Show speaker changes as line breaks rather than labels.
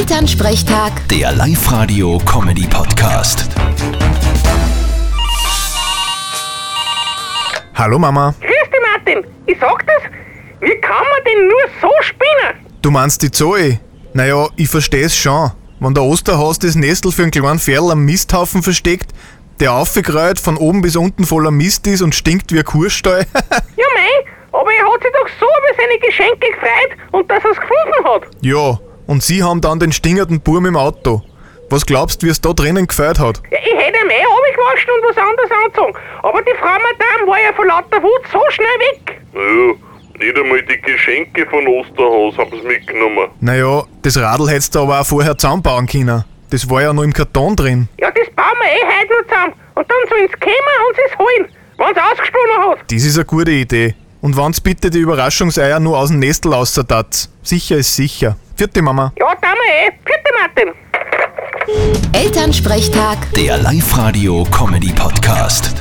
Elternsprechtag,
Der Live-Radio-Comedy-Podcast.
Hallo Mama,
Grüß dich, Martin. Ich sag das, wie kann man denn nur so spinnen?
du meinst die Zoe? Naja, ich versteh's schon. Wenn der Osterhase das Nestel für einen kleinen Ferl am Misthaufen versteckt, der aufgeräut von oben bis unten voller Mist ist und stinkt wie ein Kuhstall,
Ja, mein, aber er hat sich doch so über seine Geschenke gefreut und dass er es gefunden hat.
ja, und sie haben dann den stingernden Burm im Auto. Was glaubst, wie es da drinnen gefeiert hat?
Ja, Ich hätte ihm eh runtergewaschen und was anderes angezogen. Aber die Frau Madame war ja vor lauter Wut so schnell weg.
Naja, nicht einmal die Geschenke von Osterhaus haben sie mitgenommen.
Naja, das Radl hättest du aber auch vorher zusammenbauen können. Das war ja noch im Karton drin.
Ja, das bauen wir eh heute noch zusammen. Und dann sollen sie kommen und sie es holen, wenn sie ausgesponnen hat.
Das ist eine gute Idee. Und wann's bitte die Überraschungseier nur aus dem Nestel aussertatz. Sicher ist sicher. Vierte Mama.
Ja, tun wir eh. Vierte Martin.
Elternsprechtag.
Der Live-Radio-Comedy-Podcast.